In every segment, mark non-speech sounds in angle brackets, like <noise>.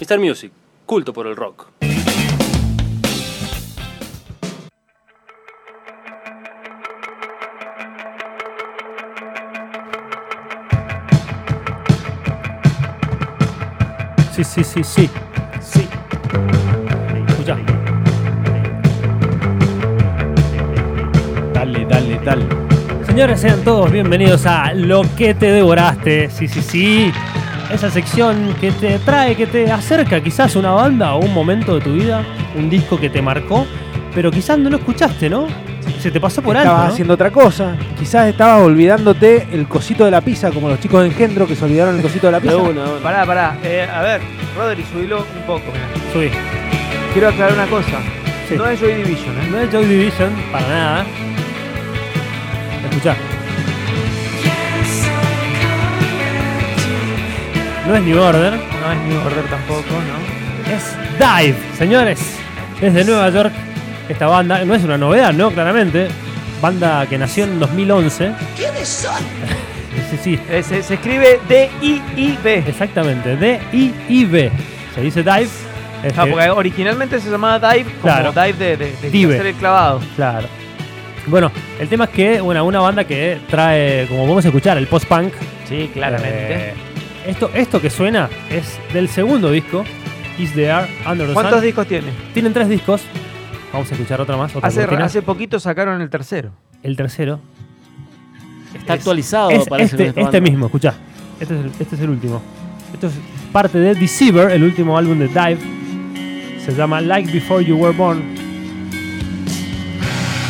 Mr. Music, culto por el rock. Sí, sí, sí, sí. Sí. Escucha. Dale, dale, dale. Señores, sean todos bienvenidos a Lo que te devoraste. Sí, sí, sí. Esa sección que te trae, que te acerca quizás una banda o un momento de tu vida, un disco que te marcó, pero quizás no lo escuchaste, ¿no? Se te pasó por alto. Estabas ¿no? haciendo otra cosa. Quizás estabas olvidándote el cosito de la pizza, como los chicos de engendro que se olvidaron el cosito de la pizza. Pará, pará. Eh, a ver, Rodri, subilo un poco. mirá. Subí. Quiero aclarar una cosa. Sí. No es Joy Division, ¿eh? No es Joy Division, para nada. Escuchá. No es New Order, No es New Order tampoco, ¿no? es Dive, señores. Desde Nueva York, esta banda, no es una novedad, ¿no? Claramente. Banda que nació en 2011. <laughs> Sí, sí, Eh, se, se escribe D-I-I-B. exactamente. D-I-I-B. Se dice Dive. Ah, Este, porque originalmente se llamaba Dive como Claro. Dive de, de- de Dive. hacer el clavado. Claro. Bueno, el tema es que, bueno, una banda que trae, como podemos escuchar, el post-punk. Sí, Eh, esto, esto que suena es del segundo disco, Is the Air Under the ¿Cuántos Sun. discos tiene? Tienen tres discos. Vamos a escuchar otra más. Otra Hace, cortina. hace poquito sacaron el tercero. El tercero. Está Es- actualizado, es parece. este, con esta este banda. mismo, escuchá. Este es, el, este es el último. Esto es parte de Deceiver, el último álbum de Dive. Se llama Like Before You Were Born.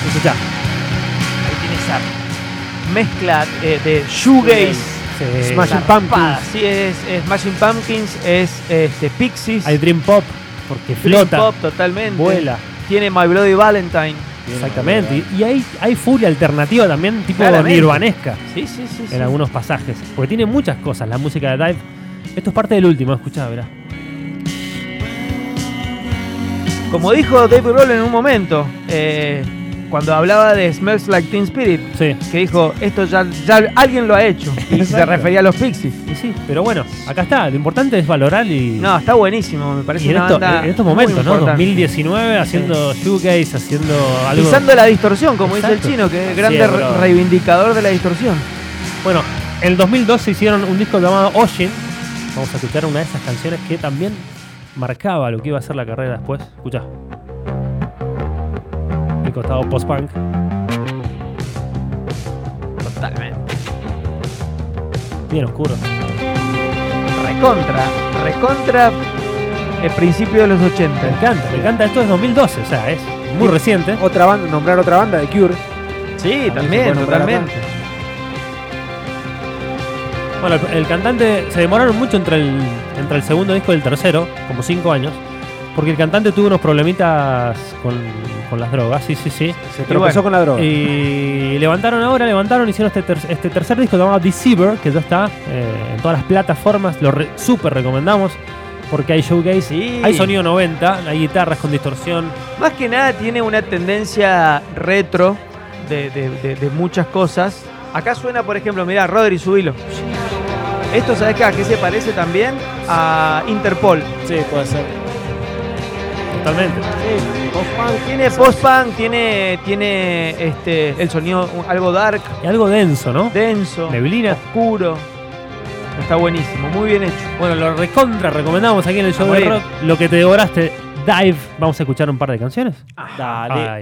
Escuchá. Ahí tiene esa mezcla eh, de shoegaze. Se- Smashing zarpada. Eh, Sí, es, es Smashing Pumpkins, es este, Pixies, Hay Dream Pop, porque Dream flota, Pop totalmente. vuela. Tiene My Bloody Valentine. Exactamente. Y, y hay, hay furia alternativa también, tipo Claramente. nirvanesca. Sí, sí, sí. sí. en algunos pasajes. Porque tiene muchas cosas la música de Dive. Esto es parte del último, escuchá, verá. Como dijo Dave Grohl en un momento, eh, cuando hablaba de Smells Like Teen Spirit, Sí. que dijo, esto ya, ya alguien lo ha hecho. Y se Exacto. refería a los Pixies. Y sí, pero bueno, acá está. Lo importante es valorar y. No, está buenísimo, me parece y en, una esto- banda en estos momentos, muy ¿no? importante. 2019, haciendo shoegaze, haciendo algo. Pisando la distorsión, como dice Exacto. el chino, que es Así grande es, bro. re- reivindicador de la distorsión. Bueno, en el 2012 hicieron un disco llamado Ocean. Vamos a escuchar una de esas canciones que también marcaba lo que iba a ser la carrera después. Escuchá. El costado post-punk. Totalmente. Bien oscuro. Recontra, recontra el principio de los Me 80. encanta, me encanta. Esto es 2012, o sea, es muy Sí. reciente. Otra banda, nombrar otra banda de Cure. Sí, se también, puede nombrar totalmente. Bueno, el, el cantante se demoraron mucho entre el, entre el segundo disco y el tercero, como cinco años, porque el cantante tuvo unos problemitas con, con las drogas, sí, sí, sí. Se bueno, tropezó con la droga. Y levantaron ahora, levantaron, hicieron este, ter- este tercer disco llamado Deceiver, que ya está eh, en todas las plataformas, lo re- súper recomendamos, porque hay showcase, Sí. hay sonido 90, hay guitarras con distorsión, pues, Más que nada tiene una tendencia retro de, de- de- de muchas cosas. Acá suena, por ejemplo, mirá, Rodri, subilo. Esto, ¿sabes qué? ¿A qué se parece también? A Interpol. Sí, puede ser. totalmente. Tiene post-punk, tiene, tiene este, el sonido un- algo dark, Y algo denso, ¿no? denso, Neblina. oscuro. Está buenísimo, muy bien hecho. Bueno, lo recontra recomendamos aquí en el show A de morir. rock. Lo que te devoraste, Dive. Vamos a escuchar un par de canciones. Dale. Ay.